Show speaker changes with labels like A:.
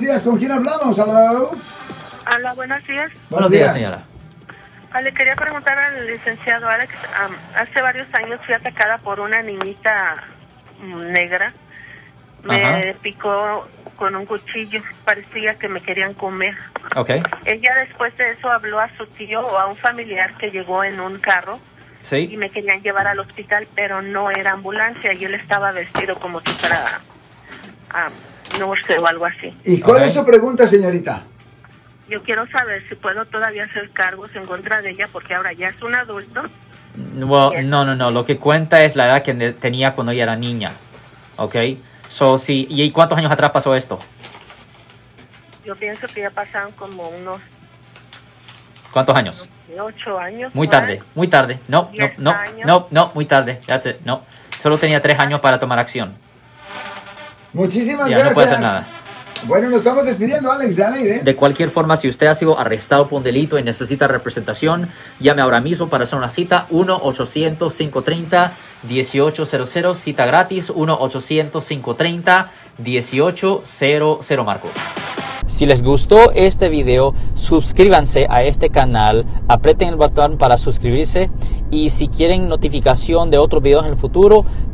A: días, ¿con quién hablamos? Hello.
B: Hola, buenos días. Ah,
C: Buenos días, señora.
B: Le quería preguntar al licenciado Alex, am, hace varios años fui atacada por una niñita mm, negra. Me
C: Ajá.
B: picó con un cuchillo, parecía que me querían comer.
C: Ok,
B: Ella después de eso habló a su tío o a un familiar que llegó en un carro y
C: sí.
B: me querían llevar al hospital, pero no era ambulancia y él estaba vestido como si fuera am, nurse o algo así.
A: ¿Y cuál
C: Ok.
A: es su pregunta, señorita?
B: Yo quiero saber si puedo todavía hacer cargos en contra de ella porque ahora ya es un adulto.
C: Well, no, no, no. Lo que cuenta es la edad que ne- tenía cuando ella era niña. Ok. So, sí. ¿Y cuántos años atrás pasó esto?
B: Yo pienso que ya pasaron como unos
C: ¿Cuántos años?
B: ocho años.
C: Muy
B: por
C: tarde,
B: ahí.
C: muy tarde. No, no,
B: Diez
C: no,
B: años.
C: no, no, muy tarde. That's it. No. Solo tenía tres años para tomar acción.
A: Muchísimas
C: Ya
A: gracias.
C: no puede hacer nada.
A: Bueno, nos estamos despidiendo, Alex, de aire.
C: De cualquier forma, si usted ha sido arrestado por un delito y necesita representación, llame ahora mismo para hacer una cita 1-800-530-1800, cita gratis 1-800-530-1800, Marco. Si les gustó este video, suscríbanse a este canal, aprieten el botón para suscribirse y si quieren notificación de otros videos en el futuro,